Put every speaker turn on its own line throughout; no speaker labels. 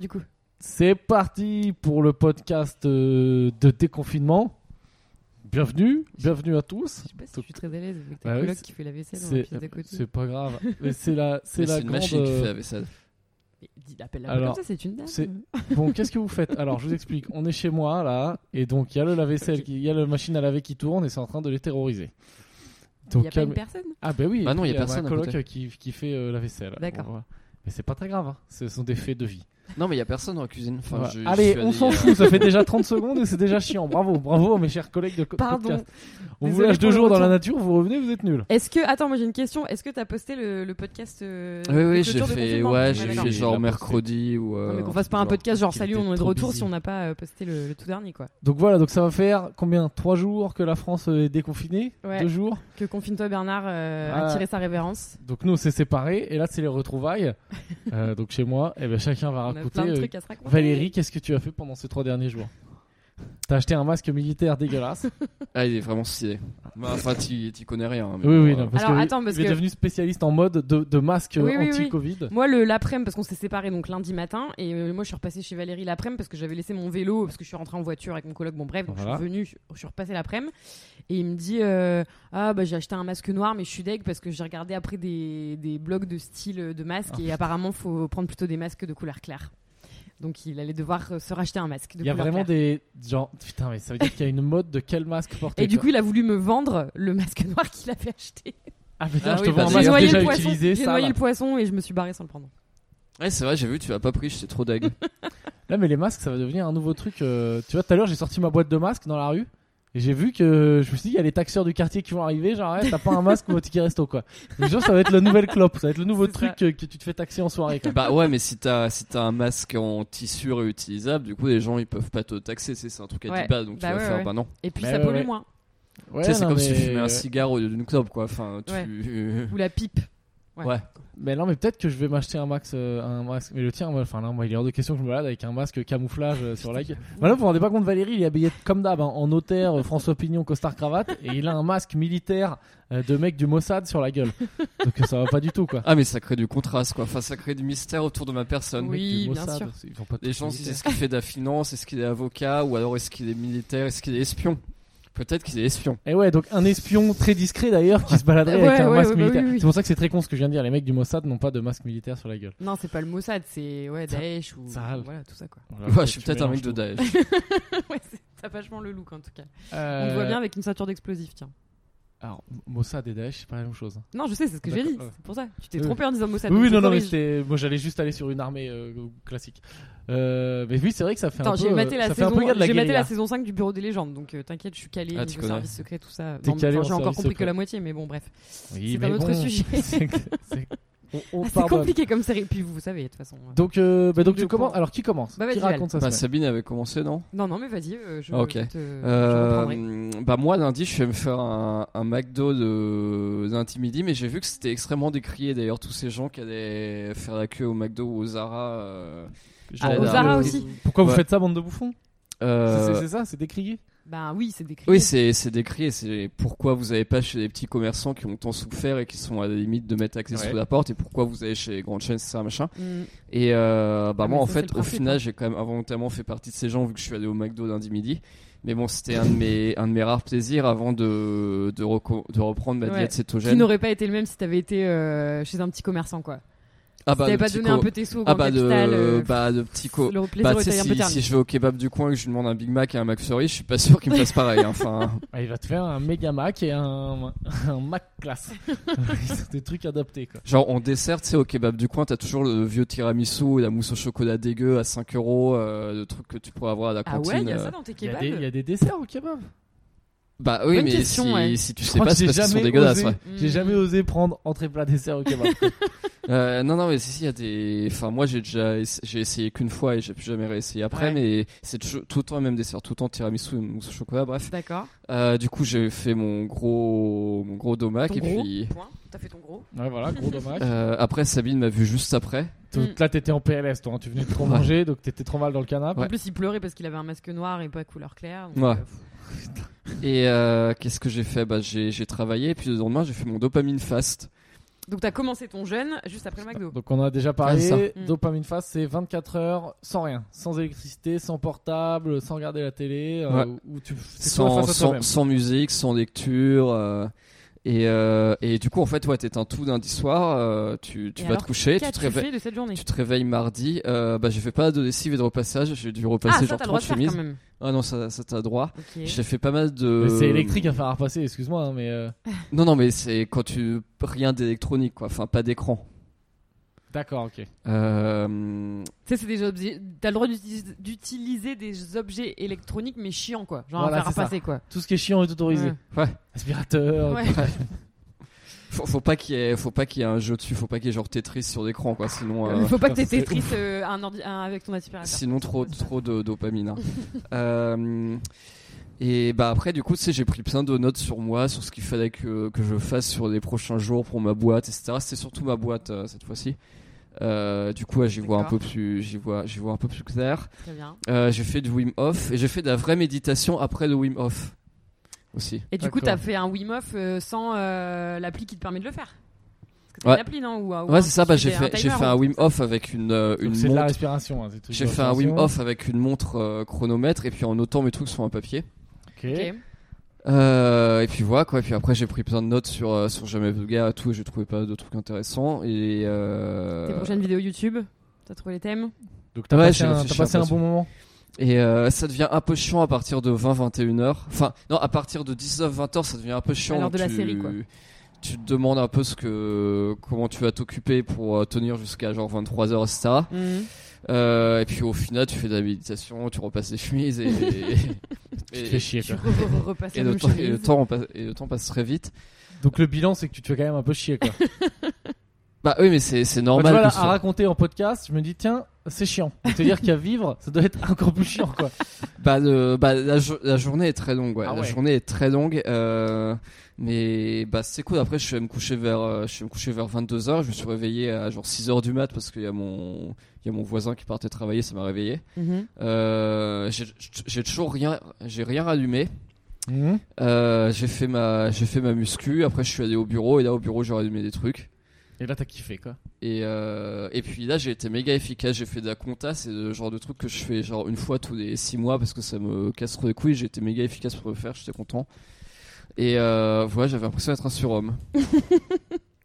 du coup.
C'est parti pour le podcast euh, de déconfinement. Bienvenue, bienvenue à tous.
Je sais pas si je suis très à l'aise avec ta
Bah oui,
coloc
c'est-
qui fait la vaisselle dans la
C'est
pièce d'à côté.
c'est pas grave. Mais c'est la, c'est
Mais
la
C'est une
grande.
machine qui
euh,
fait la vaisselle.
Mais dis- Appelle-la pas
Alors,
comme ça, c'est une dame.
c'est- Bon, qu'est-ce que vous faites Alors, je vous explique. On est chez moi, là, et donc il y a le lave-vaisselle, qui- il y a la machine à laver qui tourne, et c'est en train de les terroriser.
Il
Donc,
n'y a pas
calme-
une personne.
Ah, ben oui,
Bah non, il y a
ma
personne à
coloc
côté.
qui, qui fait euh, la vaisselle.
D'accord.
Bon, voilà. Mais c'est pas très grave, hein. ce sont des faits de vie.
Non, mais il y a personne dans la cuisine. Enfin,
Voilà.
je- je
Allez,
suis
on
allé,
s'en
euh,
fout, ça fait déjà 30 secondes et c'est déjà chiant. Bravo, bravo à mes chers collègues de co-
Pardon.
podcast. On vous
Désolée
lâche
pour
deux
le
jours dans la
retour.
nature, vous revenez, vous êtes nuls.
Est-ce que. Attends, moi j'ai une question. Est-ce que t'as posté le, le podcast euh,
Oui,
de
oui, j'ai
clôture de
fait,
confinement
ouais,
Ah,
j'ai
d'accord.
fait
Il l'a
genre
posté.
mercredi ou.
Non,
euh,
mais qu'on fasse pas un
genre-
podcast genre
qu'il
salut,
était
on est de
trop
retour
busy.
si on n'a pas euh, posté le, le tout dernier quoi.
Donc voilà, donc ça va faire combien Trois jours que la France euh, est déconfinée
Ouais.
Deux jours
Que confine-toi Bernard euh,
Ah.
a tiré sa révérence.
Donc nous, on s'est séparés et là, c'est les retrouvailles. Euh, donc chez moi, eh ben, chacun va
On a
raconter.
plein de
euh,
trucs à se raconter.
Valérie, qu'est-ce que tu as fait pendant ces trois derniers jours T'as acheté un masque militaire dégueulasse
Ah, il est vraiment stylé. Bah, Enfin, t'y t'y connais rien. hein, mais
Ah. Oui,
bon,
oui,
voilà.
non, parce
Alors,
que
attends, parce
il est
que-
devenu spécialiste en mode de, de masque
Oui, oui, oui.
anti-Covid.
Moi, le l'après-midi, parce qu'on s'est séparés donc lundi matin, et euh, moi je suis repassée chez Valérie l'après-midi parce que j'avais laissé mon vélo, parce que je suis rentrée en voiture avec mon collègue, bon bref, donc
Voilà.
je suis revenue, je suis repassée l'après-midi, et il me dit euh, Ah bah j'ai acheté un masque noir, mais je suis deg parce que j'ai regardé après des, des blogs de style euh, de masque,
Ah.
et apparemment faut prendre plutôt des masques de couleur claire. Donc il allait devoir euh, se racheter un masque de
Il y a
couleur
vraiment
claire.
des gens. Putain, mais ça veut dire qu'il y a une mode de quel masque porter
Et du
quoi.
coup, il a voulu me vendre le masque noir qu'il avait acheté.
Ah putain,
Ah
je
oui,
te vois
bah,
un
j'ai
masque
J'ai noyé,
déjà
le poisson,
utilisé,
j'ai
ça.
noyé
là.
le poisson et je me suis barrée sans le prendre.
euh. Ouais, c'est vrai, j'ai vu, tu l'as pas pris, j'étais trop deg.
Là, mais les masques, ça va devenir un nouveau truc. euh, Tu vois, tout à l'heure, j'ai sorti ma boîte de masques dans la rue. Et j'ai vu que je me suis dit, il y a les taxeurs du quartier qui vont arriver. Genre, ouais, t'as pas un masque ou un ticket resto, quoi. Je te jure, ça va être la nouvelle clope. Ça va être le nouveau
C'est
truc euh, que, tu te fais taxer en soirée, quoi.
bah, ouais, mais si t'as si t'as un masque en tissu réutilisable, du coup, les gens ils peuvent pas te taxer. C'est c'est un truc à
Ouais.
10 balles, donc
Bah
tu vas
ouais,
faire,
ouais.
bah non.
Et puis
Bah
ça
ouais,
pollue
ouais.
moins.
Ouais,
tu sais, c'est
non,
comme si tu
mais- euh,
fumais un cigare au lieu d'une clope, quoi. Enfin, tu.
Ou la pipe. Ouais.
Ouais.
Mais non, mais peut-être que je vais m'acheter un, max, euh, un masque. Mais le tien, moi, enfin, là, moi, il est hors de question que je me balade avec un masque camouflage euh, sur la gueule. Voilà, vous vous rendez pas compte, Valérie, il est habillé comme d'hab, hein, en notaire, euh, François Pignon, costard cravate, et il a un masque militaire euh, de mec du Mossad sur la gueule. Donc euh, ça va pas du tout, quoi.
Ah, mais ça crée du contraste, quoi. Enfin, ça crée du mystère autour de ma personne.
Oui.
Du
bien sûr.
ils font pas
Les
tous
gens disent
militaires.
est-ce qu'il fait de la finance, est-ce qu'il est avocat, ou alors est-ce qu'il est militaire, est-ce qu'il est espion Peut-être qu'il est espion.
Et Eh ouais, donc un espion très discret d'ailleurs qui se baladerait
Ouais,
avec un
ouais,
masque
ouais, bah
militaire.
oui, oui.
C'est pour ça que c'est très con ce que je viens de dire. Les mecs du Mossad n'ont pas de masque militaire sur la gueule.
Non, c'est pas le Mossad, c'est ouais,
Ça-
Daesh ou
ça râle.
voilà tout ça quoi.
Voilà,
Ouais, je suis
Ah, tu
peut-être un mec de
mélanges tout.
Daesh.
ouais, c'est- t'as vachement le look en tout cas. On te
Euh,
voit bien avec une ceinture d'explosif, tiens.
Alors, Mossad et Daesh, c'est pas la même chose.
Non, je sais, c'est ce que j'ai
D'accord,
dit.
ouais.
C'est pour ça. Tu t'es
Oui,
trompé en disant Mossad.
Oui,
donc
oui,
je
non, non, mais
corrige.
c'était. Moi, j'allais juste aller sur une armée euh, classique. Euh, mais oui, c'est vrai que ça fait un
Attends,
peu.
j'ai maté
euh,
la
ça fait un peu gars
saison.
de la
J'ai maté
guérilla.
la saison 5 du Bureau des légendes, donc euh, t'inquiète, je suis calé
Ah, tu
niveau
connais.
service secret tout ça.
T'es
Non, mais
calé
enfin,
en
J'ai encore
service
compris
secret. Oh,
que la moitié, mais bon, bref.
Oui,
c'est
mais
un autre
bon,
sujet.
c'est que- c'est que- on- On
Ah, c'est
pardonne.
compliqué comme série. Puis vous savez, de toute façon. euh.
Donc, euh, bah, donc
Tout le
tu commences.
cours.
Alors, qui commence
Bah,
Qui
vas-y,
raconte sa
Bah,
semaine
Sabine avait commencé, non
Non, non, mais vas-y. euh, je,
Ok.
je te- je
Euh,
reprendrai.
bah moi lundi je vais me faire un, un McDo de- d'intimidi mais j'ai vu que c'était extrêmement décrié d'ailleurs tous ces gens qui allaient faire la queue au McDo ou au Zara euh,
Genre,
Ah,
au
euh,
Zara
euh,
aussi.
Pourquoi vous
Ouais.
faites ça, bande de bouffons C'est-
euh,
C'est c'est ça, c'est décrié.
Bah oui, c'est décrit.
oui c'est c'est décrié c'est pourquoi vous avez pas chez les petits commerçants qui ont tant souffert et qui sont à la limite de mettre accès
Ouais.
sous la porte et pourquoi vous avez chez les grandes chaînes c'est ça machin
Mm.
Et euh, bah
Ah,
moi
mais
en
ça, c'est
fait
le
au
principe, hein.
final j'ai quand même involontairement fait partie de ces gens vu que je suis allé au McDo lundi midi. Mais bon c'était un de mes un de mes rares plaisirs avant de de, reco- de reprendre ma
Ouais.
diète
Qui
cétogène.
n'aurait pas été le même si t'avais été euh, chez un petit commerçant, quoi.
Ah
si t'avais
le
pas
petit
donné
co-
un peu tes sous au
ah
grand
bah de
capital. euh,
bah de petit co.
le plaisir
Bah,
était
tu sais,
un peu
si,
terni.
si je vais au kebab du coin et que je lui demande un Big Mac et un McFlurry, je suis pas sûr qu'il me fasse pareil. hein. Enfin,
Ah, il va te faire un méga Mac et un, un Mac classe. c'est des trucs adaptés, quoi.
genre en dessert, tu sais, au kebab du coin, t'as toujours le vieux tiramisu et la mousse au chocolat dégueu à 5 euros, euh, le truc que tu pourras avoir à la
Ah
cantine.
ouais, il y a
euh.
ça dans tes
Il y, a
kebabs
des, il y a des desserts au kebab.
Bah oui,
Bonne
mais
question,
si,
ouais.
si tu
Je
sais
crois
pas,
que j'ai
c'est parce qu'ils sont
jamais
dégueulasses.
osé-
ouais.
Hmm.
J'ai jamais osé prendre entrée plat dessert au kebab.
Euh, non, non, mais si, si, il y a des. Enfin, moi, j'ai déjà essa- j'ai essayé qu'une fois et j'ai plus jamais réessayé après,
Ouais.
mais c'est toujours- tout le temps le même dessert, tout le temps tiramisu et mousse au chocolat, bref.
D'accord.
Euh, du coup, j'ai fait mon gros, mon gros domac
Ton
et
gros
puis.
point. T'as fait ton gros.
ouais, voilà, gros dommage.
euh, après, Sabine m'a vu juste après.
Donc là, t'étais en PLS, toi. hein. Tu venais de trop
Ouais.
manger, donc t'étais trop mal dans le canapé.
En plus, il pleurait parce qu'il avait un masque noir et pas couleur claire. donc,
Ouais.
euh, pff.
Et euh, qu'est-ce que j'ai fait Bah, j'ai j'ai travaillé et puis le lendemain, j'ai fait mon dopamine fast.
Donc t'as commencé ton jeûne juste après le
Bah,
McDo.
Donc on en a déjà
Ouais,
parlé,
ça. Mm.
dopamine face c'est 24 heures sans rien, sans électricité, sans portable, sans regarder la télé, euh,
Ouais.
où tu c'est toi
sans,
face à
sans,
toi-même.
sans musique, sans lecture. euh, et, euh, et du coup, en fait, ouais, t'es un tout lundi soir, euh, tu, tu
Et
vas
alors,
te coucher, tu
Qu'as-tu
te réveilles.
fait de cette journée
Tu te réveilles mardi, euh, bah j'ai fait pas mal de lessive et de repassage, j'ai dû
Ah,
repasser
ça,
genre
t'as le droit
30
de faire quand
chemises.
même.
Ah non, ça, ça t'as droit.
Ok.
J'ai fait pas mal de.
Mais c'est électrique à faire repasser, excuse-moi, hein, mais euh,
Non, non, mais c'est quand tu. Rien d'électronique, quoi. Enfin, pas d'écran.
d'accord, ok.
Euh,
Tu sais, c'est des objets. T'as le droit d'uti- d'utiliser des objets électroniques, mais chiants, quoi. Genre
Voilà,
à faire
c'est ça.
passer, quoi.
Tout ce qui est chiant est autorisé.
Ouais.
Ouais.
Aspirateur,
Hmm. Ouais.
Faut, faut pas qu'il y ait, faut pas qu'il y ait un jeu dessus, faut pas qu'il y ait genre Tetris sur l'écran, quoi. Sinon, euh,
Il faut pas
putain,
que t'aies
ça, c'est
Tetris euh, un ordi- un- avec ton aspirateur.
sinon trop, trop de dopamine. hein. Euh, et bah après, du coup, tu sais, j'ai pris plein de notes sur moi, sur ce qu'il fallait que, que je fasse sur les prochains jours pour ma boîte, etc. C'était surtout ma boîte euh, cette fois-ci. Euh, du coup, ouais, j'y vois un peu
D'accord.
plus, j'y vois, j'y vois un peu plus clair.
Très bien.
Euh, j'ai fait du Wim Hof et j'ai fait de la vraie méditation après le Wim Hof aussi.
Et du coup, t'as
D'accord.
fait un Wim Hof euh, sans euh, l'appli qui te permet de le faire. Parce que t'as
Ouais.
une appli, non Ou, euh, ou
Ouais, c'est ça.
tu
Bah, j'ai
fais un
fait, j'ai
timer,
fait
ou-
un Wim Hof avec une, euh,
Donc
une
c'est de la
montre.
respiration. hein, des trucs
J'ai
de
fait un Wim
respiration.
Hof avec une montre euh, chronomètre et puis en notant mes trucs sur un papier.
Ok.
Ok.
Euh, et puis voilà quoi. Et puis après j'ai pris plein de notes sur euh, sur jamais vulgaire et tout et j'ai trouvé pas de trucs intéressants et
Tes
euh,
prochaines vidéos YouTube T'as trouvé les thèmes
Donc t'as
Ouais,
passé,
j'ai
un, t'as
réfléchi
passé
à
un
ça.
bon moment.
et euh, ça devient un peu chiant à partir de 20-21 heures. Enfin non à partir de 19-20 heures ça devient un peu chiant.
À l'heure de la
Tu-
série, quoi.
Tu te demandes un peu ce que comment tu vas t'occuper pour euh, tenir jusqu'à genre 23 heures etc. Euh, et puis au final tu fais de la méditation, tu repasses les chemises et, et,
Tu te
et-
fais chier.
Tu
Quoi.
re- repasses
et
la
le,
même
temps, et le
chemise.
temps on passe- et le temps passe très vite.
Donc le bilan c'est que tu te fais quand même un peu chier. Quoi.
Bah oui, mais c'est c'est
Bah, tu
normal.
vois, là,
que ce
à
soit-
raconter en podcast, je me dis tiens, c'est chiant. Te dire qu'à vivre, ça doit être encore plus chiant. Quoi.
Bah, le- bah, la, jo- la journée est très longue, ouais.
Ah
La
ouais.
journée est très longue, euh, mais bah c'est cool. Après, je vais me coucher vers, euh, je vais me coucher vers 22 h Je me suis réveillé à genre 6 h du mat parce qu'il y a mon, il y a mon voisin qui partait travailler, ça m'a réveillé.
Mhm.
Euh, j'ai- j'ai toujours rien, j'ai rien rallumé.
Mhm.
Euh, j'ai fait ma, j'ai fait ma muscu. Après, je suis allé au bureau et là au bureau, j'ai rallumé des trucs.
Et là t'as kiffé quoi.
Et, euh, et puis là, j'ai été méga efficace. J'ai fait de la compta, c'est le genre de truc que je fais genre une fois tous les six mois parce que ça me casse trop les couilles. J'ai été méga efficace pour le faire, j'étais content. Et euh, voilà, j'avais l'impression d'être un surhomme.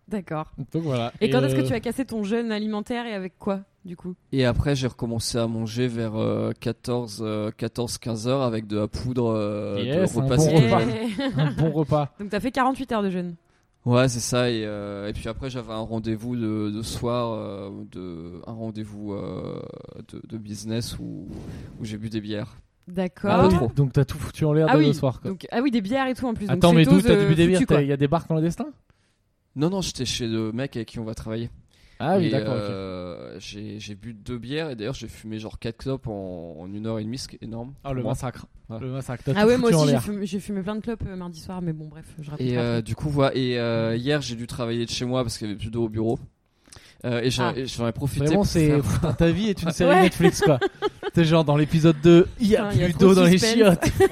D'accord.
Donc voilà.
Et quand est-ce que
euh,
tu as cassé ton jeûne alimentaire et avec quoi, du coup
Et après, j'ai recommencé à manger vers euh, 14-15 heures avec de la poudre euh,
Yes,
de
un
repassée.
bon repas.
Eh.
un bon repas
Donc t'as fait 48 heures de jeûne.
Ouais, c'est ça. Et, euh, et puis après, j'avais un rendez-vous de, de soir, euh, de, un rendez-vous euh, de, de business où, où j'ai bu des bières.
D'accord.
Ah,
Ah
oui.
oui, donc t'as tout foutu en l'air
Ah
dès
oui.
le soir. Quoi.
Donc, ah oui, des bières et tout en plus. Donc,
Attends, mais d'où
cétose,
t'as
euh,
début des bières
foutu,
t'as-
quoi.
Il y a des barques dans le destin
Non, non, j'étais chez le mec avec qui on va travailler.
Ah oui,
Et,
d'accord. ok.
euh, j'ai- J'ai bu deux bières et d'ailleurs j'ai fumé genre quatre clopes en, en une heure et demie, ce qui est énorme.
Ah, le
Pour moi.
massacre.
Ouais.
Le massacre. T'as
Ah
tout
ouais, moi
foutu en
aussi j'ai
l'air.
fumé, j'ai fumé plein de clopes euh, mardi soir, mais bon, bref, je raconte.
Et euh, du coup, voilà. Et euh, hier j'ai dû travailler de chez moi parce qu'il y avait plus d'eau au bureau. Euh, et j'en
Ah.
et j'en ai profité.
Vraiment,
pour
c'est.
faire-
Putain, Ta vie est une série
Ouais.
Netflix quoi. T'es genre dans l'épisode 2, il y a
Putain, il y a
plus
trop
d'eau
de
dans les
suspense.
chiottes.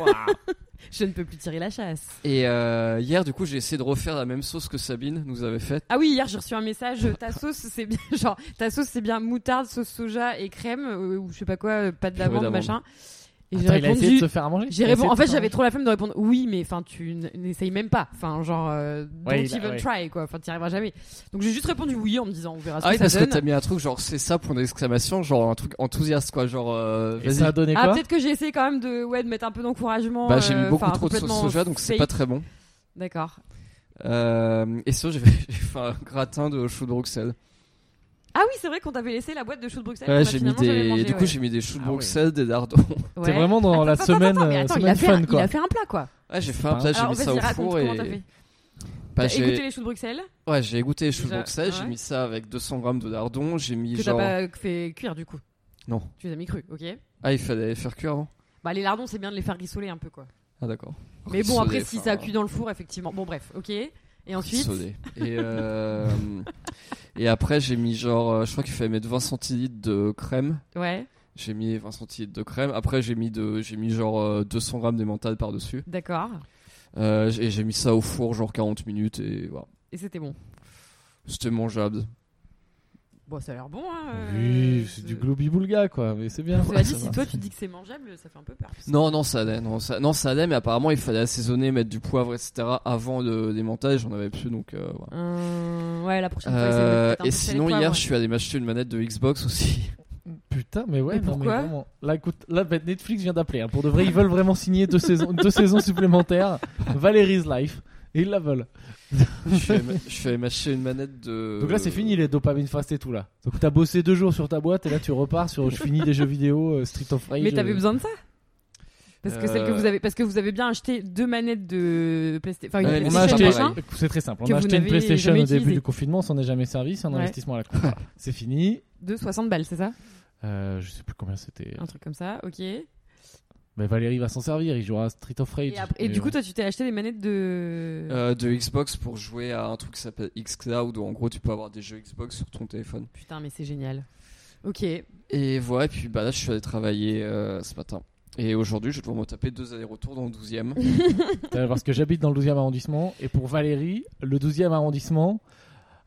Je ne peux plus tirer la chasse.
Et euh, hier, du coup, j'ai essayé de refaire la même sauce que Sabine nous avait faite.
Ah oui, hier j'ai reçu un message. euh, Ta sauce, c'est bien, genre ta sauce, c'est bien moutarde, sauce soja et crème euh, ou je sais pas quoi, pas de
Purée
d'amande,
d'amande.
machin. Et j'ai
Attends, il a essayé de
répondu.
se faire à manger.
J'ai
Il a
répondu.
essayé
En
de
fait,
se faire
j'avais trop la flemme de répondre oui, mais enfin tu n- n'essayes même pas. Enfin genre euh, don't
Ouais, il a-
even
ouais.
try quoi. Enfin, t'y arriveras jamais. Donc j'ai juste répondu oui en me disant on verra ce
Ah oui,
que
parce
ça
que
donne.
t'as mis un truc genre c'est ça pour d'exclamation, genre un truc enthousiaste quoi, genre euh,
manger. Et
vas-y.
ça a donné
ah
quoi
peut-être que j'ai essayé quand même de ouais de mettre un peu d'encouragement.
Bah, j'ai mis
euh,
beaucoup
enfin,
trop de sauce
complètement
soja donc c'est pas
fake.
très bon.
D'accord.
Euh, et ça, j'ai j'ai fait un gratin de choux de Bruxelles.
Ah oui, c'est vrai qu'on t'avait laissé la boîte de choux de Bruxelles.
Ouais,
qu'on a
j'ai mis
Eh, finalement jamais
des,
mangé,
du coup,
ouais.
j'ai mis des choux de
Ah ouais.
Bruxelles, des dardons.
T'es
Ouais.
vraiment dans la
Attends, attends,
semaine
attends, mais
euh,
attends, il
semaine
a fait un-
fun
Il
quoi.
a fait un plat quoi.
Ouais, j'ai fait un
Pas
plat, j'ai
Alors
mis ça
vas-y,
au
raconte
four
comment t'as
et.
fait.
Bah,
T'as écouté
j'ai,
les choux de Bruxelles
ouais, j'ai goûté les choux de
Déjà,
Bruxelles, j'ai
ouais.
mis ça avec 200 grammes de lardons, j'ai mis
que
genre.
t'as pas fait cuire du coup.
Non.
Tu les as mis crus, ok
Ah, il fallait les faire cuire avant
Bah les lardons, c'est bien de les faire rissoler un peu quoi.
Ah, d'accord.
Mais bon, après
Rissoler,
si
enfin,
ça a cuit dans le four, effectivement. Bon bref, ok. Et ensuite,
rissoler. Et, euh, et après, j'ai mis genre, euh, je crois qu'il fallait mettre 20 centilitres de crème.
ouais,
J'ai mis 20 centilitres de crème. Après, j'ai mis de, j'ai mis genre euh, 200 grammes d'émental par-dessus.
d'accord.
Euh, j'ai, j'ai mis ça au four genre 40 minutes et voilà.
Et c'était bon.
C'était mangeable.
Bon, ça a l'air bon, hein. euh,
Oui, c'est du globi boulga quoi, mais c'est bien.
Cela dit, si toi tu dis que c'est mangeable, ça fait un peu peur. parce que-
Non, non, ça allait. Non, ça, non, ça allait, mais apparemment, il fallait assaisonner, mettre du poivre, etc. avant le démontage. J'en avais plus, donc. euh, voilà.
Euh, ouais, la prochaine fois, essaye de
Euh,
mettre un
et
peu de sel
sinon,
poivre,
hier,
ouais.
je suis allé m'acheter une manette de Xbox aussi.
Putain, mais ouais,
Mais
non, mais
pourquoi
vraiment. Là, écoute, là, bah, Netflix vient d'appeler. hein. Pour de vrai, ils veulent vraiment signer deux saisons, deux saisons supplémentaires. Valerie's Life. Et ils la veulent.
je suis allé m'a- je suis allé m'acheter une manette de.
Donc là, c'est fini les dopamine fast et tout là. Donc t'as bossé deux jours sur ta boîte et là, tu repars sur je finis des jeux vidéo, euh, Street of Rage.
Mais t'avais
euh,
besoin de ça parce que, celle que
Euh,
vous avez, parce que vous avez bien acheté deux manettes de PlayStation. Enfin, une
Ouais, mais
On
Ah PlayStation
a acheté,
pareil.
machin.
c'est très simple.
Que
On
vous
a acheté une
n'avez jamais
PlayStation au début
utilisée.
du confinement, on s'en est jamais servi, c'est un
Ouais.
investissement à la con. Voilà. C'est fini.
de 60 balles, c'est ça
Euh, je sais plus combien c'était.
Un truc comme ça, ok. Et,
Mais Valérie va s'en servir, il jouera à Street of Rage.
après- et
Mais
du coup,
ouais.
toi, tu t'es acheté des manettes de.
Euh, de Xbox pour jouer à un truc qui s'appelle Xcloud où en gros tu peux avoir des jeux Xbox sur ton téléphone.
Putain, mais c'est génial. Ok.
Et voilà, et puis bah là je suis allé travailler euh, ce matin. Et aujourd'hui je vais devoir me taper deux allers-retours dans le 12 e
Euh, parce que j'habite dans le 12e arrondissement et pour Valérie, le 12e arrondissement,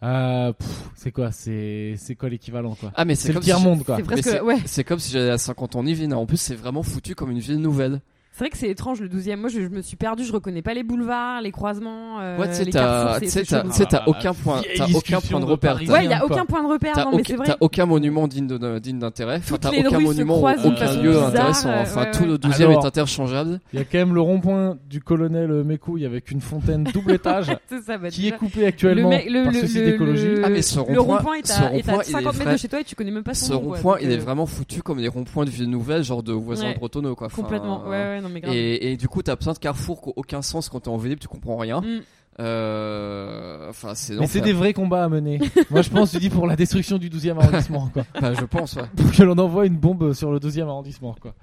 euh, pff, c'est quoi C'est c'est quoi l'équivalent quoi
Ah mais
C'est
c'est
le
comme, si
tiers
je-
monde quoi.
C'est presque.
c'est-
Ouais.
c'est comme si j'allais à 50 ans Yvelines. En plus c'est vraiment foutu comme une ville nouvelle.
C'est vrai que c'est étrange le 12 e Moi, je, je me suis perdu. Je reconnais pas les boulevards, les croisements. euh,
Ouais, tu sais,
les
t'as
carrefours, c'est-
tu sais,
c'est
t'as-
chelou.
tu sais,
Ah
t'as
là là,
aucun point,
vieille
t'as aucun
discussion
point de
de
repère.
Paris.
t'as-
Ouais, il y a
rien, quoi.
aucun point de repère.
T'as
Non, mais
aucun-
c'est vrai.
t'as aucun monument digne de- euh, digne d'intérêt, enfin,
Toutes
t'as
les
aucun
rues se
monument,
croisent
d'une
aucun
façon
lieu
bizarre,
intéressant.
euh,
Enfin,
ouais,
tout
ouais.
le 12 e
Alors-
est interchangeable.
Il y a quand même le rond-point du colonel euh, Mécouille avec une fontaine double étage
C'est ça, bah,
qui
déjà.
est coupée actuellement
mec-
par souci d'écologie.
le-
Ah, mais ce
le
rond-point-
rond-point est
ce
à, est à
rond-point, il est
50 mètres
vrai.
de chez toi et tu connais même pas son
Ce
nom, quoi.
rond-point,
Donc,
il est
euh,
vraiment foutu comme les ronds-points de ville nouvelle, genre de voisins
Ouais.
bretonneux, quoi. Enfin,
Complètement. Ouais, ouais, non, mais grave.
Et, et du coup, t'as plein de carrefours qui n'ont aucun sens quand t'es en Vélib, tu comprends rien.
Mm.
Euh, Enfin, c'est
Mais c'est
l'enfer.
des vrais combats à mener. Moi je pense, tu dis pour la destruction du 12e arrondissement quoi.
Bah, je pense, ouais.
Pour que l'on envoie une bombe sur le 12e arrondissement quoi.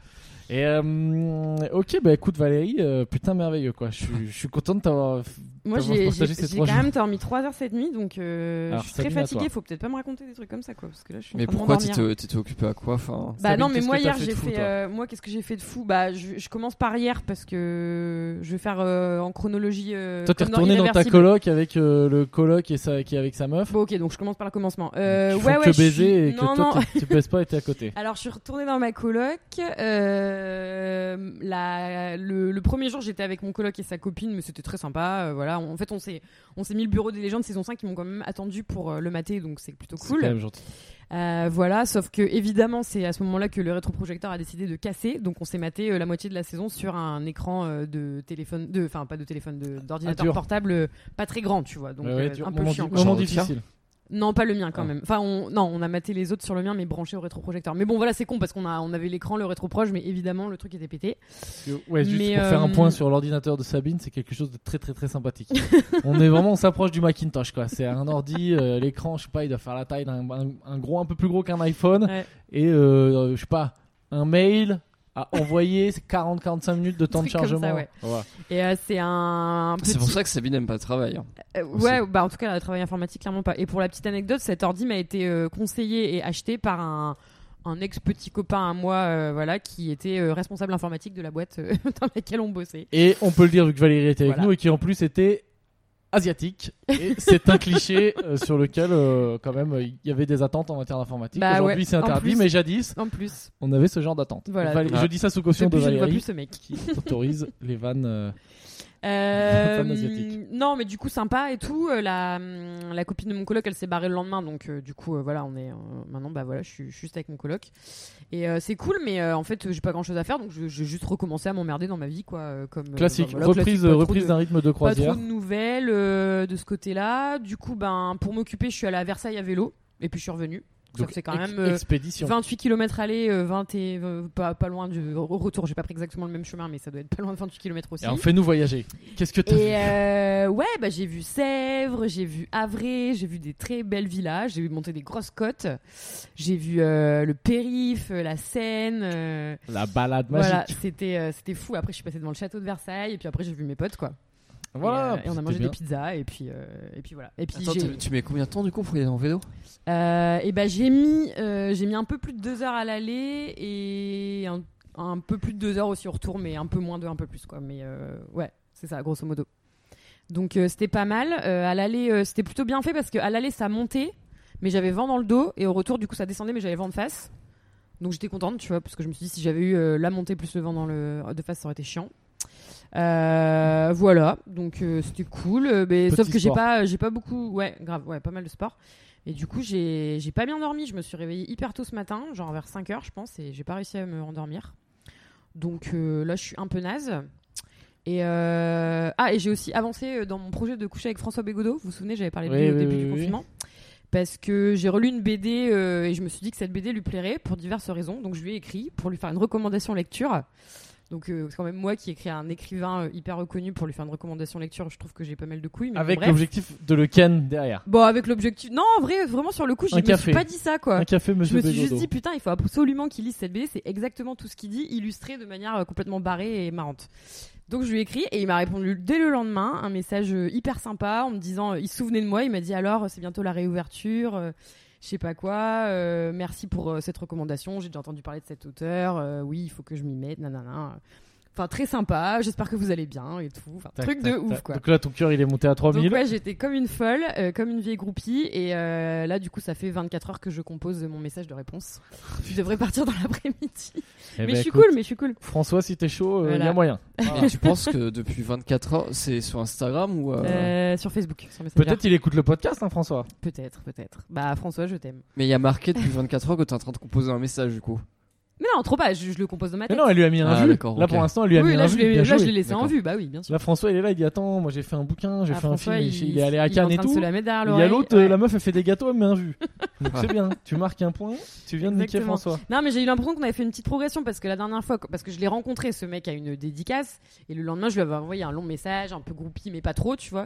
Et euh, ok, bah écoute Valérie, euh, putain merveilleux quoi. Je suis- je suis content de t'avoir
Moi,
T'as
j'ai
vraiment partagé
j'ai-
ces
j'ai
trois
quand
jours.
même dormi 3 h cette nuit, donc euh,
Alors,
je suis très
Sabine, à
fatiguée.
toi.
Faut peut-être pas me raconter des trucs comme ça, quoi, parce que là, je suis en
Mais
train de
pourquoi tu
m'endormir.
t'es tu t'es occupé à quoi enfin,
Bah
Sabine,
non, mais
qu'est-ce
moi
que t'as
hier
fait de
j'ai
fou,
fait.
toi
euh, moi, qu'est-ce que j'ai fait de fou Bah, je, je commence par hier parce que je vais faire euh, en chronologie. euh,
Toi, t'es
comme
retourné dans ta
Irréversible.
coloc avec euh, le coloc et sa, qui est avec sa meuf.
Bon, ok, donc je commence par le commencement. Euh,
qui font
ouais, ouais.
que
je suis-
baiser et
non,
que
non.
toi, t'es- tu baises pas et t'es à côté.
Alors, je suis retournée dans ma coloc. euh, la- le, le premier jour, j'étais avec mon coloc et sa copine, mais c'était très sympa. euh, voilà, en fait, on s'est, on s'est mis le bureau des légendes saison 5, ils m'ont quand même attendu pour euh, le mater, donc c'est plutôt
C'est quand
cool.
même gentil.
Euh, voilà, sauf que évidemment, c'est à ce moment-là que le rétroprojecteur a décidé de casser, donc on s'est maté euh, la moitié de la saison sur un écran euh, de téléphone, de, enfin pas de téléphone, de- d'ordinateur
Ah, dur. peu
portable, euh, pas très grand, tu vois, donc euh, un peu
moment,
chiant.
di-
quoi.
moment
Genre de
difficile.
Non, pas le mien quand
Ah.
même. Enfin, on, non, on a maté les autres sur le mien, mais branché au rétroprojecteur. Mais bon, voilà, c'est con parce qu'on a, on avait l'écran, le rétroproche, mais évidemment, le truc était pété.
Parce que, Ouais, juste
Mais,
pour faire un
euh,
point sur l'ordinateur de Sabine, c'est quelque chose de très très très sympathique. on est vraiment, on s'approche du Macintosh quoi. C'est un ordi, euh, l'écran, je sais pas, il doit faire la taille d'un un, un gros, un peu plus gros qu'un iPhone.
Ouais.
Et euh, je sais pas, un mail à envoyer, c'est 40-45 minutes de temps de
Truc comme ça,
chargement.
ouais.
Voilà.
Et euh, c'est un petit.
Ah, C'est pour ça que Sabine n'aime pas le travail. hein.
euh,
aussi.
ouais, bah en tout cas, le travail informatique, clairement pas. Et pour la petite anecdote, cet ordi m'a été euh, conseillé et acheté par un. Un ex petit copain à moi, euh, voilà, qui était euh, responsable informatique de la boîte euh, dans laquelle on bossait.
Et on peut le dire vu que Valérie était avec
Voilà.
nous et qui en plus était asiatique. Et c'est un cliché euh, sur lequel euh, quand même euh, il y avait des attentes en matière d'informatique.
Bah
Aujourd'hui
ouais,
c'est
en
interdit,
plus.
mais jadis
En plus,
on avait ce genre d'attente.
Voilà.
Donc, Valérie-
Ouais.
Je dis ça sous caution de
depuis, je ne vois plus
Valérie
ce mec.
qui autorise les vannes. euh,
bah, Euh,
Femme asiatique.
non, mais du coup, sympa et tout. Euh, La, hum, la copine de mon coloc, elle s'est barrée le lendemain, donc euh, du coup, euh, voilà, on est euh, maintenant, bah voilà, je suis juste avec mon coloc. Et euh, c'est cool, mais euh, en fait, euh, j'ai pas grand chose à faire, donc je- j'ai juste recommencé à m'emmerder dans ma vie, quoi. euh, Comme, euh,
classique,
voilà,
reprise,
classique, pas trop
reprise
de-
d'un rythme de
Pas
croisière.
trop de nouvelles euh, de ce côté-là. Du coup, ben, pour m'occuper, je suis allée à Versailles à vélo, et puis je suis revenue.
Donc,
c'est quand
ex-
même, euh,
expédition.
28 km aller, euh, 20 et euh, pas, pas loin du au retour. J'ai pas pris exactement le même chemin, mais ça doit être pas loin de 28 km aussi.
Et alors, fais-nous voyager. Qu'est-ce que t'as
Et
vu
euh, ouais, bah, j'ai vu Sèvres, j'ai vu Avray, j'ai vu des très belles villas, j'ai vu monter des grosses côtes, j'ai vu euh, le périph, euh, la Seine. euh,
La balade magique.
voilà, c'était euh, c'était fou. Après, je suis passée devant le château de Versailles et puis après, j'ai vu mes potes quoi.
Voilà,
et, euh, et on a
c'était
mangé
bien.
des pizzas et puis euh, et puis voilà. Et puis
Attends,
j'ai
tu tu mets combien de temps du coup pour y aller en vélo
euh, et bah, j'ai mis euh, j'ai mis un peu plus de deux heures à l'aller et un, un peu plus de deux heures aussi au retour, mais un peu moins de un peu plus quoi. Mais euh, ouais, c'est ça grosso modo. Donc euh, c'était pas mal. Euh, à l'aller, euh, c'était plutôt bien fait parce qu'à l'aller, ça montait, mais j'avais vent dans le dos. Et au retour, du coup, ça descendait, mais j'avais vent de face. Donc j'étais contente, tu vois, parce que je me suis dit, si j'avais eu euh, la montée plus le vent dans le... de face, ça aurait été chiant. Euh, voilà, donc euh, c'était cool. euh, mais
Petit
sauf que j'ai
sport.
pas, j'ai pas beaucoup. Ouais, grave, ouais, pas mal de sport. Et du coup, j'ai j'ai pas bien dormi. Je me suis réveillée hyper tôt ce matin, genre vers 5 heures, je pense, et j'ai pas réussi à me rendormir. Donc euh, là, je suis un peu naze. Et euh, ah, et j'ai aussi avancé euh, dans mon projet de coucher avec François Bégodeau. Vous vous souvenez, j'avais parlé de
Oui,
lui au
oui,
début
oui,
du
oui.
confinement. Parce que j'ai relu une BD euh, et je me suis dit que cette BD lui plairait pour diverses raisons. Donc je lui ai écrit pour lui faire une recommandation lecture. Donc euh, c'est quand même moi qui ai écrit à un écrivain euh, hyper reconnu pour lui faire une recommandation lecture. Je trouve que j'ai pas mal de couilles. Mais
Avec
bon, bref.
l'objectif de le ken derrière.
Bon, avec l'objectif. Non, en vrai, vraiment sur le coup, je
Un
me
café.
suis pas dit ça quoi.
Un café,
Je
monsieur
me suis juste
Bégodeau.
dit, putain, il faut absolument qu'il lise cette BD, c'est exactement tout ce qu'il dit, illustré de manière euh, complètement barrée et marrante. Donc je lui ai écrit et il m'a répondu dès le lendemain, un message euh, hyper sympa en me disant, euh, il se souvenait de moi, il m'a dit alors, euh, c'est bientôt la réouverture, euh, je sais pas quoi, euh, merci pour euh, cette recommandation, j'ai déjà entendu parler de cet auteur, euh, oui, il faut que je m'y mette, nanana. Enfin, très sympa, j'espère que vous allez bien et tout. Enfin,
Tac,
truc
tac,
de
tac.
ouf quoi.
Donc là, ton cœur, il est monté à 3000.
Donc ouais, j'étais comme une folle, euh, comme une vieille groupie. Et euh, là, du coup, ça fait 24 heures que je compose mon message de réponse. je devrais partir dans l'après-midi.
Eh
mais
ben,
je suis
écoute,
cool, mais je suis cool.
François, si t'es chaud, euh, il y a
Voilà.
moyen.
Et tu penses que depuis 24 heures, c'est sur Instagram ou. euh,
Euh, sur Facebook, sur Messenger.
Peut-être il écoute le podcast, hein, François.
Ah, Peut-être, peut-être. Bah, François, je t'aime.
Mais il y a marqué depuis 24 heures que t'es en train de composer un message du coup.
Mais non, trop pas, je, je le compose dans ma
Mais
tête.
non, elle lui a mis un
Ah,
jus.
d'accord,
Là,
ok.
pour l'instant, elle lui a mis
oui,
un
là, je
jus.
l'ai
bien
là, je
joué.
l'ai laissé en
D'accord.
vue, bah oui, bien sûr.
Là, François, il est là, il dit Attends, moi j'ai fait un bouquin, j'ai
Ah,
fait un film,
François,
il, il est allé à
il en
Cannes et
train de
tout.
se la mettre derrière
Il y a
l'oreille. Ah,
l'autre,
Ouais.
euh, la meuf, elle fait des gâteaux, elle met un jus. Donc c'est bien, tu marques un point, tu viens de niquer
Exactement.
François.
Non, mais j'ai eu l'impression qu'on avait fait une petite progression parce que la dernière fois, parce que je l'ai rencontré, ce mec, à une dédicace, et le lendemain, je lui avais envoyé un long message, un peu groupie, mais pas trop, tu vois.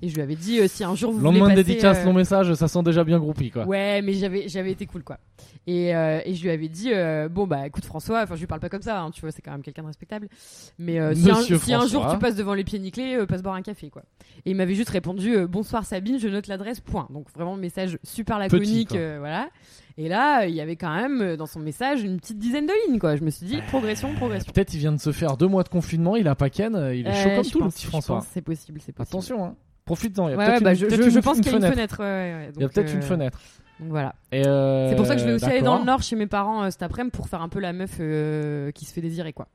Et je lui avais dit, euh, si un jour vous voulez
Lendemain de
passer,
dédicace,
euh,
long message, ça sent déjà bien groupie quoi.
Ouais, mais j'avais j'avais été cool quoi. Et, euh, et je lui avais dit euh, bon bah écoute François, enfin je lui parle pas comme ça, hein, tu vois, c'est quand même quelqu'un de respectable. Mais euh, si, un,
Monsieur
si un
François.
jour tu passes devant les pieds nickelés, euh, passe boire un café quoi. Et il m'avait juste répondu euh, bonsoir Sabine, je note l'adresse point. Donc vraiment le message super laconique,
quoi.
euh, voilà. Et là, euh, il y avait quand même euh, dans son message une petite dizaine de lignes quoi. Je me suis dit progression, progression.
Peut-être il vient de se faire deux mois de confinement, il a pas ken, euh, il est chaud
Euh,
comme
je
tout le
pense-
petit
je
François.
pense que C'est possible, c'est possible.
Attention, hein. profite-en, il y a
Ouais,
peut-être
ouais,
une,
bah, je,
peut-être
je-
une-
je pense
une
qu'il y a une
fenêtre.
fenêtre. ouais, ouais,
Il y a
donc,
peut-être
euh,
une fenêtre.
Donc voilà.
Et, euh,
C'est pour ça que je vais aussi aller dans
d'accord.
le nord chez mes parents euh, cet après-midi pour faire un peu la meuf euh, qui se fait désirer quoi.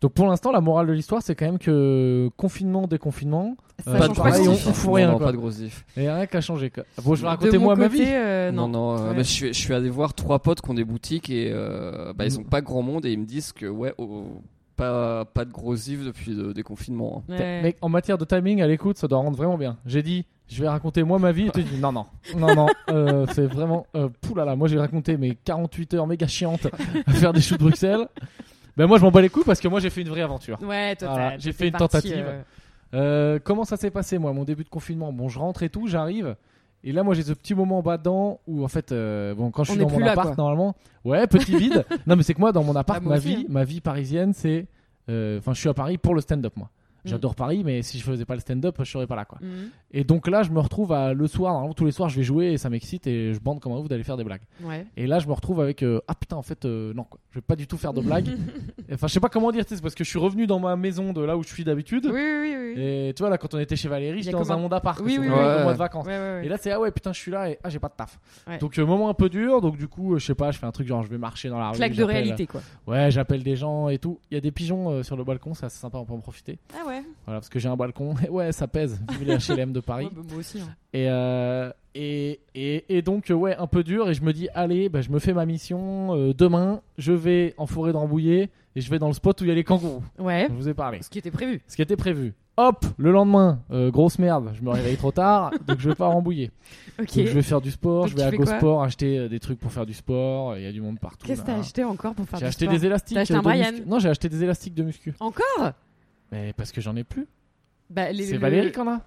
Donc pour l'instant, la morale de l'histoire, c'est quand même que confinement, déconfinement,
Ça
Euh, de
change pas
pareil, on-
grand-chose.
diff,
on
hein.
fout
Non,
rien,
non,
quoi.
pas de grosse diff.
et rien qu'à changer. quoi. Bon, je vais
De
raconter
mon
moi ma
côté,
vie.
euh,
Non,
non.
non, euh,
Ouais.
bah, je, suis, je suis allé voir trois potes qui ont des boutiques et euh, bah, ils ont pas grand monde et ils me disent que ouais, oh, pas, pas de gros ifs depuis le déconfinement. hein.
Ouais.
Mec, en matière de timing, à l'écoute, ça doit rendre vraiment bien. J'ai dit, je vais raconter moi ma vie. Et tu dis, non, non, non, non, euh, c'est vraiment. Euh, poulala, moi j'ai raconté mes 48 heures méga chiantes à faire des choux de Bruxelles. Ben moi je m'en bats les couilles parce que moi j'ai fait une vraie aventure.
Ouais, toi,
Voilà,
t'as-
Ah, j'ai
t'es
fait une
parti,
tentative.
euh,
Euh, comment ça s'est passé moi, mon début de confinement Bon, je rentre et tout, j'arrive. Et là, moi j'ai ce petit moment bas dedans où en fait, euh, bon, quand je
On
suis
est
dans
plus
mon
là,
appart,
quoi.
normalement, ouais, petit vide. Non, mais c'est que moi dans mon appart,
Ah, moi
ma
aussi,
vie,
hein.
ma vie parisienne, c'est. euh, Enfin, je suis à Paris pour le stand-up moi.
Mm.
J'adore Paris, mais si je faisais pas le stand-up, je serais pas là quoi.
mhm.
Et donc là, je me retrouve à, le soir, normalement tous les soirs je vais jouer et ça m'excite et je bande comme un ouf d'aller faire des blagues.
Ouais.
Et là, je me retrouve avec euh, ah putain, en fait, euh, non quoi, je vais pas du tout faire de blagues. enfin, je sais pas comment dire, tu sais, c'est parce que je suis revenu dans ma maison de là où je suis d'habitude.
Oui, oui, oui. oui.
Et tu vois, là, quand on était chez Valérie,
Il y
j'étais
a
dans
comme
un
un-
monde à part,
Oui, oui,
oui.
mois
Ouais.
de vacances.
Ouais, ouais, ouais.
Et là, c'est ah ouais, putain, je suis là et ah, j'ai pas de taf.
Ouais.
Donc, euh, moment un peu dur. Donc, du coup, euh, je sais pas, je fais un truc genre, je vais marcher dans la rue.
Claque de
j'appelle- euh,
réalité, quoi.
Ouais, j'appelle des gens et tout. Il y a des pigeons euh, sur le balcon, ça c'est sympa, on peut en profiter.
Ah ouais,
Voilà, parce que j'ai un balcon. Et ouais, ça pèse, vu les HLM de Paris.
Ouais, bah, moi aussi. hein.
Et, euh, et, et, et donc, euh, ouais, un peu dur. Et je me dis, allez, bah, je me fais ma mission. euh, demain, je vais en forêt d'Ambouillet et je vais dans le spot où il y a les kangourous.
Ouais,
Je vous ai parlé.
ce qui était prévu.
Ce qui était prévu. Hop, le lendemain, euh, grosse merde, je me réveille trop tard, donc je vais pas rembouiller.
Ok.
Donc je vais faire du sport,
Donc
je vais
tu
à
fais
Go
quoi
Sport acheter euh, des trucs pour faire du sport, il y a du monde partout.
Qu'est-ce que
là. hein.
t'as acheté encore pour faire
J'ai
du
acheté
sport
des élastiques.
T'as acheté
euh,
un
de
Brian
muscu. Non, j'ai acheté des élastiques de muscu.
Encore
Mais parce que j'en ai plus.
bah, les-
C'est
le-
Valérie qui en a.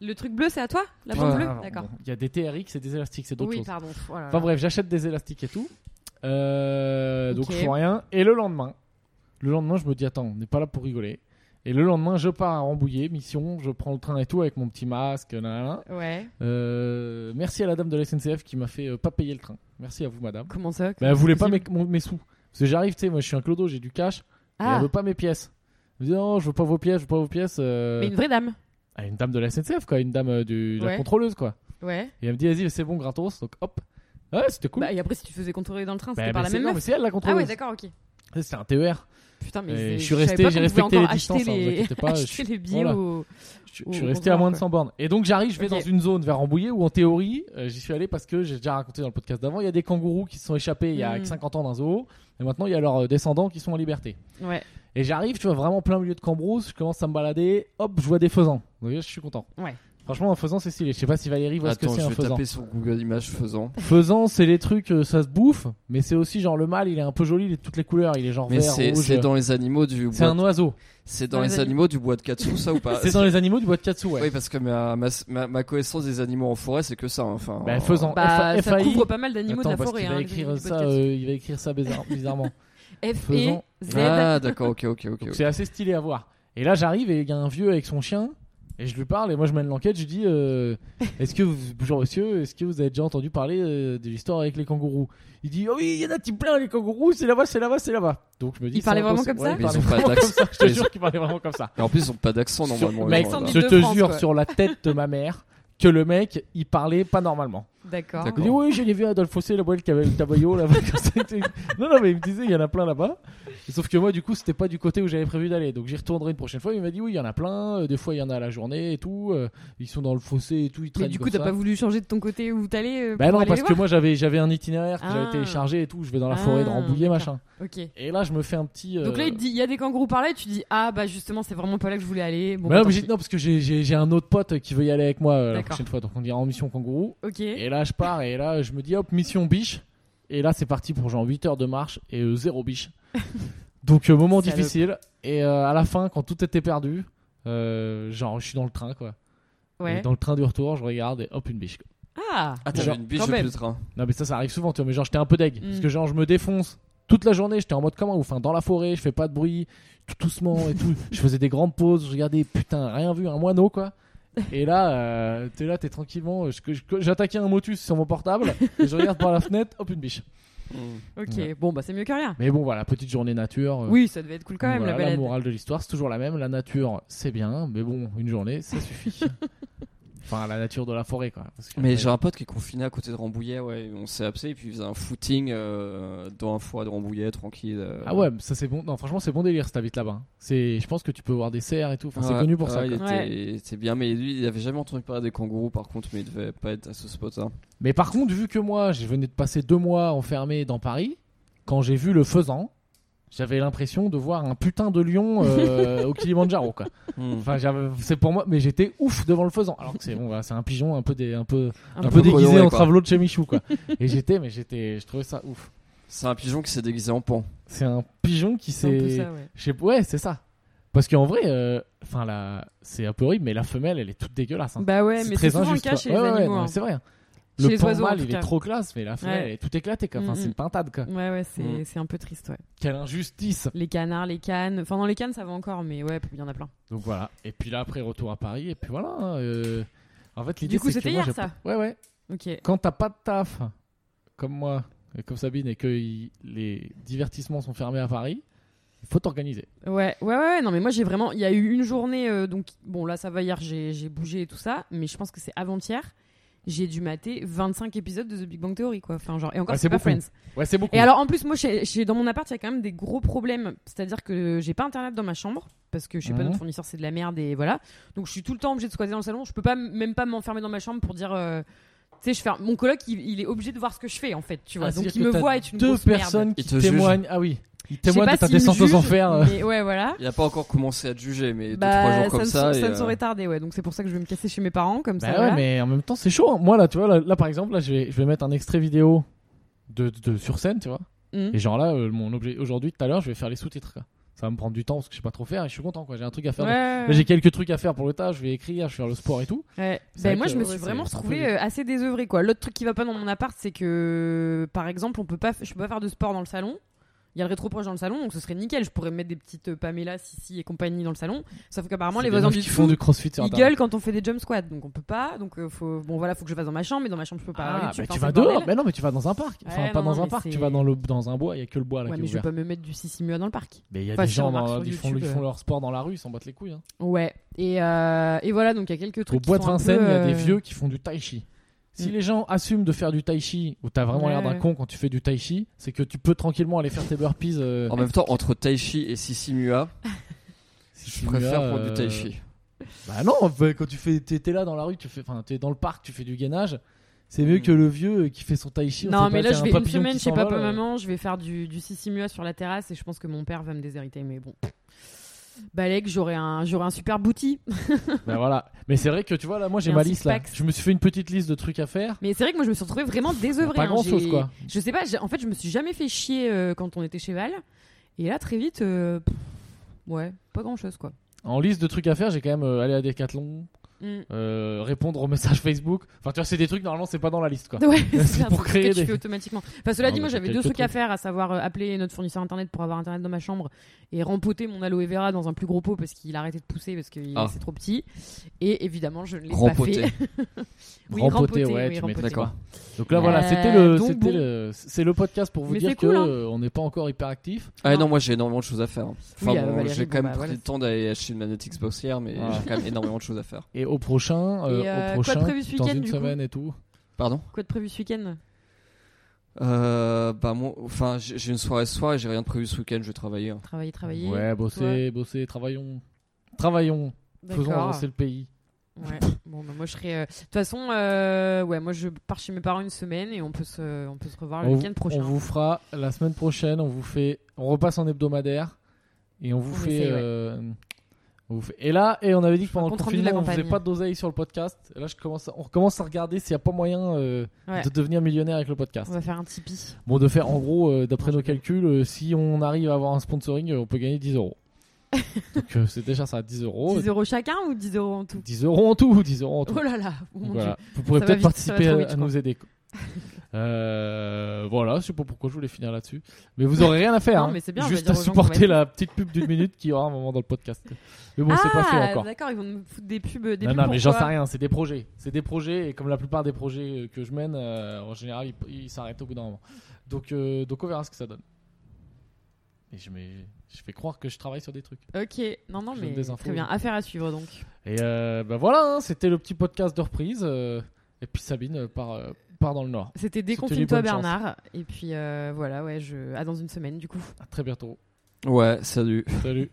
Le truc bleu, c'est à toi La
Ouais.
bande
Ah,
bleue
alors,
D'accord.
bon, Il y a des TRX et des élastiques, c'est d'autres
Oui,
choses.
pardon. pff, oh voilà.
Enfin bref, j'achète des élastiques et tout. Euh, Donc
Ok.
je fais rien. Et le lendemain, le lendemain, je me dis attends, on n'est pas là pour rigoler. Et le lendemain, je pars à Rambouillet, mission. Je prends le train et tout avec mon petit masque. nanana.
Ouais.
Euh, merci à la dame de la SNCF qui m'a fait euh, pas payer le train. Merci à vous, madame.
Comment ça
Bah, elle voulait pas mes, mon- mes sous. Parce que j'arrive, tu sais, moi je suis un clodo, j'ai du cash. Et elle
Ah,
veut pas mes pièces. Elle me dit non, je veux pas vos pièces, je veux pas vos pièces. euh.
mais une vraie dame.
à une dame de la SNCF, quoi, une dame euh, du, de la
Ouais.
contrôleuse, quoi.
Ouais.
Et elle me dit, vas-y, c'est bon, gratos. Donc hop. Ouais, c'était cool.
Bah, et après, si tu faisais contrôler dans le train,
Bah,
c'était
bah,
par la
c'est-
même
non, mais
meuf.
c'est elle la
Ah ouais,
contrôleuse.
d'accord, ok.
c'est un TER.
Putain, mais
Et je
c'est-
suis
savais
resté-
pas
j'ai
qu'on
respecté
pouvait encore
les distances,
acheter
hein, vous
les-
inquiétez pas, je-
acheter les billets
voilà.
au-
Je,
Au-
je suis resté
au
à
comptoir,
moins de
quoi.
100 bornes. Et donc j'arrive, je vais
Ok.
dans une zone vers Rambouillet où en théorie, euh, j'y suis allé parce que j'ai déjà raconté dans le podcast d'avant, il y a des kangourous qui se sont échappés il y a
Mm.
50 ans d'un zoo. Et maintenant, il y a leurs euh, descendants qui sont en liberté.
Ouais.
Et j'arrive, tu vois, vraiment plein milieu de cambrousse, je commence à me balader, hop, je vois des faisans. Donc là, je suis content.
Ouais.
Franchement, un faisan, c'est stylé. Je sais pas si Valérie voit ce
Attends,
que c'est
je
un
vais
faisan.
taper sur Google Images faisant.
Faisan, c'est les trucs, euh, ça se bouffe, mais c'est aussi genre le mâle, il est un peu joli, il est de toutes les couleurs, il est genre
Mais
vert,
c'est
rouge.
c'est dans les animaux du
C'est
bois.
un oiseau.
C'est dans
Dans
les
les
animaux du bois de Katsu, ça ou pas
C'est dans les animaux du bois de Katsu, ouais.
Oui, parce que ma, ma, ma, ma connaissance des animaux en forêt, c'est que ça. hein, Enfin,
Bah, faisan.
Bah,
F-
ça
FAI.
couvre pas mal d'animaux de
Attends,
la
parce
forêt.
qu'il va
hein,
écrire
les- les
ça,
podcasts.
euh, il va écrire ça bizarre- bizarrement.
F E
faisant.
Z.
Ah, d'accord, ok, ok, ok.
Donc
ok.
c'est assez stylé à voir. Et là j'arrive et il y a un vieux avec son chien et je lui parle et moi je mène l'enquête. Je lui dis euh, Est-ce que vous, bonjour monsieur, est-ce que vous avez déjà entendu parler euh, de l'histoire avec les kangourous Il dit oh oui il y en a type plein les kangourous c'est là-bas c'est là-bas c'est là-bas. Donc je me dis
Il parlait
c'est
vraiment
impossible.
comme ça
Ouais, il
Mais ils
parlait
ont pas
vraiment comme
d'accent.
ça. Je te jure qu'il parlait vraiment comme ça.
Et en plus, ils ont pas d'accent
Bah,
normalement.
mec,
les gens, là.
je te
Île-de-France,
jure
quoi.
sur la tête de ma mère que le mec il parlait pas normalement.
D'accord.
D'accord.
Il dit oui, j'ai les vu à Adolphe Fossé, la boîte qui avait le taboyau là-bas. C'était- non, non, mais il me disait, il y en a plein là-bas. Sauf que moi, du coup, c'était pas du côté où j'avais prévu d'aller. Donc j'y retournerai une prochaine fois. Il m'a dit oui, il y en a plein. Euh, Des fois, il y en a à la journée et tout. Euh, Ils sont dans le fossé et tout. Ils
Mais
traînent
du coup,
comme
t'as
ça.
pas voulu changer de ton côté où t'allais euh,
Bah
pour
non,
aller
parce
les
que
voir
moi, j'avais j'avais un itinéraire que j'avais
Ah.
téléchargé et tout. Je vais dans la forêt de
Ah,
Rambouillet,
d'accord.
machin.
Ok.
Et là, je me fais un petit. euh,
Donc là, il te dit, il y a des kangourous par là, et tu te dis, ah bah justement, c'est vraiment pas là que je voulais aller. Bon,
Bah,
bah,
non,
tant
mais j'ai-
pis.
non, parce que j'ai- j'ai j'ai un autre pote qui veut y aller avec moi euh, la
D'accord.
prochaine fois. Donc on ira en mission kangourou.
Ok.
Et là, je pars et là, je me dis hop, mission biche. Et là, c'est parti pour genre 8 heures de marche et euh, zéro biche. Donc, euh, moment
Salope.
difficile. Et euh, à la fin, quand tout était perdu, euh, genre, je suis dans le train quoi. Et
Ouais.
dans le train du retour, je regarde et hop, une biche. quoi.
Ah.
Ah, t'avais
Genre,
une biche
quand
depuis
même.
le train.
Non, mais ça, ça arrive souvent, tu vois. Mais genre, j'étais un peu deg.
Mm.
Parce que genre, je me défonce toute la journée. J'étais en mode comment Enfin, dans la forêt, je fais pas de bruit, tout doucement et tout. je faisais des grandes pauses. Je regardais, putain, rien vu, un moineau quoi. Et là, euh, t'es là, t'es tranquillement. je- je- J'attaquais un motus sur mon portable. et je regarde par la fenêtre, hop, une biche. Mmh.
Ok.
Ouais.
Bon, bah c'est mieux que rien.
Mais bon, voilà, petite journée nature. euh,
Oui, ça devait être cool quand
donc
même
voilà,
la balade.
morale de l'histoire, c'est toujours la même. La nature, c'est bien, mais bon, une journée, ça suffit. enfin, la nature de la forêt, quoi. Parce que
Mais
après-
j'ai un pote qui est confiné à côté de Rambouillet, ouais, on s'est appelé et puis il faisait un footing euh, dans un foie de Rambouillet, tranquille. euh.
Ah ouais, mais ça c'est bon. Non, franchement, c'est bon délire si t'habites là-bas. hein. C'est, je pense que tu peux voir des cerfs et tout. Enfin, c'est
Ouais,
connu pour
ouais,
ça.
Il
quoi.
était,
Ouais.
il était bien, mais lui, il avait jamais entendu parler des kangourous par contre, mais il devait pas être à ce hein. spot-là.
Mais par contre, vu que moi, je venais de passer deux mois enfermé dans Paris, quand j'ai vu le faisan, j'avais l'impression de voir un putain de lion euh, au Kilimanjaro, quoi.
Hmm.
Enfin, j'avais- c'est pour moi, mais j'étais ouf devant le faisan. Alors que c'est bon, voilà, c'est un pigeon un peu, des, un peu, un, peu,
peu
déguisé
coloré,
en
quoi.
travelot de chez Michou quoi. et j'étais mais j'étais je trouvais ça ouf.
C'est un pigeon qui s'est déguisé en pan.
C'est un pigeon qui
C'est un peu
s'est
ça, ouais.
je sais pas- ouais, c'est ça. Parce qu'en vrai euh, enfin la c'est un peu horrible mais la femelle elle est toute dégueulasse hein.
Bah ouais, mais c'est
très
souvent le
injuste.
cas
quoi.
chez les
Ouais, ouais, ouais,
animaux.
non,
hein.
mais c'est vrai.
Chez
le
les
pan
oiseaux, en
mâle,
tout
il
cas.
est trop classe mais la femelle
Ouais.
elle est toute éclatée quoi. Enfin,
Mm,
c'est
mm.
une pintade quoi.
Ouais, ouais, c'est
Mm.
c'est un peu triste, ouais.
Quelle injustice.
Les canards, les cannes. Enfin, dans les cannes, ça va encore, mais ouais, il y en a plein.
Donc voilà, et puis là après retour à Paris et puis voilà hein, euh, en fait l'idée
Du coup,
c'est que
c'était
moi,
hier,
j'ai
ça
pas- Ouais ouais.
Ok.
quand t'as pas de taf, comme moi, et comme Sabine, et que il- les divertissements sont fermés à Paris, il faut t'organiser.
Ouais, ouais, ouais, ouais, non, mais moi j'ai vraiment. Il y a eu une journée, euh, donc bon, là ça va, hier j'ai j'ai bougé et tout ça, mais je pense que c'est avant-hier, j'ai dû mater 25 épisodes de The Big Bang Theory, quoi. Enfin, genre, et encore,
Ouais, Ah, c'est
c'est pas
beaucoup.
Friends.
Ouais, c'est beaucoup.
Et alors, en plus, moi, chez- chez- dans mon appart, il y a quand même des gros problèmes. C'est-à-dire que j'ai pas internet dans ma chambre, parce que je sais pas,
Mhm.
notre fournisseur c'est de la merde, et voilà. Donc je suis tout le temps obligée de squatter dans le salon, je peux pas m- même pas m'enfermer dans ma chambre pour dire. euh, tu sais, je fais un- mon coloc, il, il est obligé de voir ce que je fais en fait, tu vois.
Ah,
Donc
c'est-à-dire
il
que
me
t'as
voit être une
deux
grosse merde.
personnes qui
Ils te
témoignent. Ah oui, ils
Je sais
témoignent
pas
de ta
s'il me
descente aux
juge, Bah
enfers. euh.
mais ouais, voilà.
Il a pas encore commencé à te juger, mais 2-3
Bah,
jours
ça
comme
me,
ça.
ça
et,
me serait
euh,
tardé, ouais. Donc c'est pour ça que je vais me casser chez mes parents, comme
Bah
ça.
ouais,
voilà.
mais en même temps, c'est chaud. hein. Moi, là, tu vois, là, là, par exemple, là, je vais, je vais mettre un extrait vidéo de, de- sur scène, tu vois.
Mm.
Et genre là, euh, mon objet aujourd'hui, tout à l'heure, je vais faire les sous-titres. quoi. Ça va me prendre du temps parce que je sais pas trop faire et je suis content, quoi. J'ai un truc à faire.
Ouais,
Là, j'ai quelques trucs à faire pour le tas, je vais écrire, je vais faire le sport et tout.
ouais.
C'est
Bah,
vrai
moi,
que,
je me
ouais,
suis
c'est-
vraiment
c'est un peu
retrouvée
dur.
euh, assez désœuvrée, quoi. L'autre truc qui va pas dans mon appart, c'est que, par exemple, on peut pas, f- je peux pas faire de sport dans le salon. Il Il y a le rétroproche dans le salon, donc ce serait nickel. Je pourrais mettre des petites euh, Pamela, Sissi et compagnie dans le salon. Sauf qu'apparemment,
C'est
Ah, les
des
voisins
meufs
du
qui font
dessous,
du hein. crossfit sur
ils
Internet.
gueulent quand on fait des jump squats. Donc on peut pas. Donc euh, faut... bon, voilà, faut que je fasse dans ma chambre, mais dans ma chambre, je peux pas.
Ah,
aller,
mais
peux
tu
faire
vas
ce bordel.
dehors. Mais non, mais tu vas dans un parc.
Ouais,
Enfin, pas
non,
dans
non,
un
mais
park. Tu
c'est-
vas dans le dans un bois. Il y a que le bois là
Ouais,
qui
mais
est
je vais
ouvert.
pas me mettre du Sissi Mua dans le parc.
Mais il y a
Enfin,
des
si on
gens
remarque
dans-
sur
ils font
YouTube,
ils font
euh.
leur sport dans la rue. Ils s'en battent les couilles. hein.
Ouais. Et, euh, et voilà, donc il y a quelques
Au
trucs. qui
bois de
sont un peu,
Vincennes, il y a des
euh,
vieux qui font du tai chi. Si
Mm.
les gens assument de faire du tai chi, ou t'as vraiment
Ouais,
l'air d'un
ouais.
con quand tu fais du tai chi, c'est que tu peux tranquillement aller faire tes burpees. euh,
En même temps, entre Tai Chi et Sissi Mua,
si
je
tu
préfère
as,
prendre du Tai
euh,
Chi.
Bah non, enfin, quand tu fais, t'es t'es là dans la rue, tu fais, enfin, t'es dans le parc, tu fais du gainage. C'est mieux
Mm.
que le vieux euh, qui fait son tai chi. on
Non,
sait
mais
pas,
là,
c'est
je
un
vais une
papillon
semaine
qui
chez papa
s'envole, euh.
maman, je vais faire du, du sissimua sur la terrasse et je pense que mon père va me déshériter, mais bon. Balek, j'aurai un, j'aurai un super bouti.
Bah voilà. Mais c'est vrai que tu vois là, moi j'ai
Et un
ma liste là.
six-pack.
Je me suis fait une petite liste de trucs à faire.
Mais c'est vrai que moi, je me suis retrouvée vraiment
Bah,
désœuvrée.
Pas
hein.
grand-chose,
J'ai-
quoi.
Je sais pas, j'ai- en fait, je me suis jamais fait chier euh, quand on était chez Val. Et là, très vite, euh, pff, ouais, pas grand chose, quoi.
En liste de trucs à faire, j'ai quand même euh, aller à Decathlon,
Mm.
euh, répondre aux messages Facebook. Enfin, tu vois, c'est des trucs normalement c'est pas dans la liste quoi.
Ouais,
C'est
c'est un
pour
truc
créer
que tu
des- Ah, bah,
fais automatiquement. Enfin, cela
Non, mais
dit, moi
c'est
j'avais deux
quelques
trucs, à
trucs.
faire, à savoir euh, appeler notre fournisseur internet pour avoir internet dans ma chambre et rempoter mon aloe vera dans un plus gros pot parce qu'il a arrêté de pousser parce que
Ah.
c'est trop petit. Et évidemment, je ne l'ai pas
Rempoté.
fait. Oui,
Rempoter,
rempoter,
ouais,
oui,
tu
rempoter.
mettrais
D'accord.
quoi. Donc là voilà,
Euh,
c'était le,
donc
c'était
bon.
le- c'est le podcast pour vous
Mais
dire
c'est
que
cool, hein.
euh, on n'est pas encore hyper actif.
Ah
Non.
non, moi j'ai énormément de choses à faire. hein. Enfin,
Oui, euh,
bon,
Valérie,
j'ai
bon,
quand même
bah,
pris
voilà.
le temps d'aller acheter une manette Xbox hier, mais
Ah.
j'ai quand même énormément de choses à faire.
Et au prochain, euh,
Et, euh,
au
quoi de
prochain,
prévu ce
dans
week-end,
une
du coup
semaine et tout.
Pardon
Quoi de prévu ce week-end
euh, Bah moi, enfin, j'ai j'ai une soirée ce soir et j'ai rien de prévu ce week-end. Je vais travailler. hein.
Travailler, travailler.
ouais, bosser, bosser, travaillons, travaillons, faisons
D'accord.
avancer le pays.
Ouais. Bon, bah, moi je serai. euh, De toute façon, euh, ouais, moi je pars chez mes parents une semaine et on peut se, on peut se revoir le
on,
week-end prochain.
on vous fera la semaine prochaine, on vous fait, on repasse en hebdomadaire et on vous
On
fait.
essaye, ouais.
euh, on vous fait- Et là, et on avait dit que pendant le
compte rendu de la
confinement, on faisait
campagne.
pas d'oseille sur le podcast. Et là, je commence, à- on commence à regarder s'il n'y a pas moyen euh,
Ouais.
de devenir millionnaire avec le podcast.
On va faire un Tipeee.
Bon, de faire en gros, euh, d'après nos calculs, euh, si on arrive à avoir un sponsoring, euh, on peut gagner 10 euros. Donc euh, c'est déjà ça, 10 euros.
10 euros chacun ou 10 euros en tout
10 euros en tout, 10 euros en tout.
Oh là là, oh mon
Voilà.
dieu.
Vous pourrez
Ça va
peut-être
vite, ça va
participer
trop
à,
vite, je
à
crois.
nous aider. quoi. Euh, voilà, je sais pas pourquoi je voulais finir là-dessus. Mais vous aurez rien à faire.
Non,
hein.
mais c'est bien, on va
Juste
dire
à
aux gens qu'on va
supporter
être-
la petite pub d'une minute qui aura un moment dans le podcast. Mais bon, c'est pas fait
Ah,
encore.
D'accord, ils vont nous foutre des pubs. Des
Non,
pubs
non, mais j'en
pourquoi
sais rien. C'est des projets. C'est des projets et comme la plupart des projets euh, que je mène, euh, en général, ils- ils s'arrêtent au bout d'un moment. Donc, euh, donc on verra ce que ça donne. Et je, mets- je fais croire que je travaille sur des trucs.
Ok, non, non,
Je donne
mais
des infos,
très bien.
oui.
Affaire à suivre donc.
Et euh, bah voilà, hein, c'était le petit podcast de reprise. euh, et puis Sabine euh, part, euh, part dans le Nord.
C'était
les
Déconfine-toi
bonnes chances.
Bernard. Et puis euh, voilà, ouais, je... à dans une semaine du coup.
À très bientôt.
Ouais, salut.
Salut.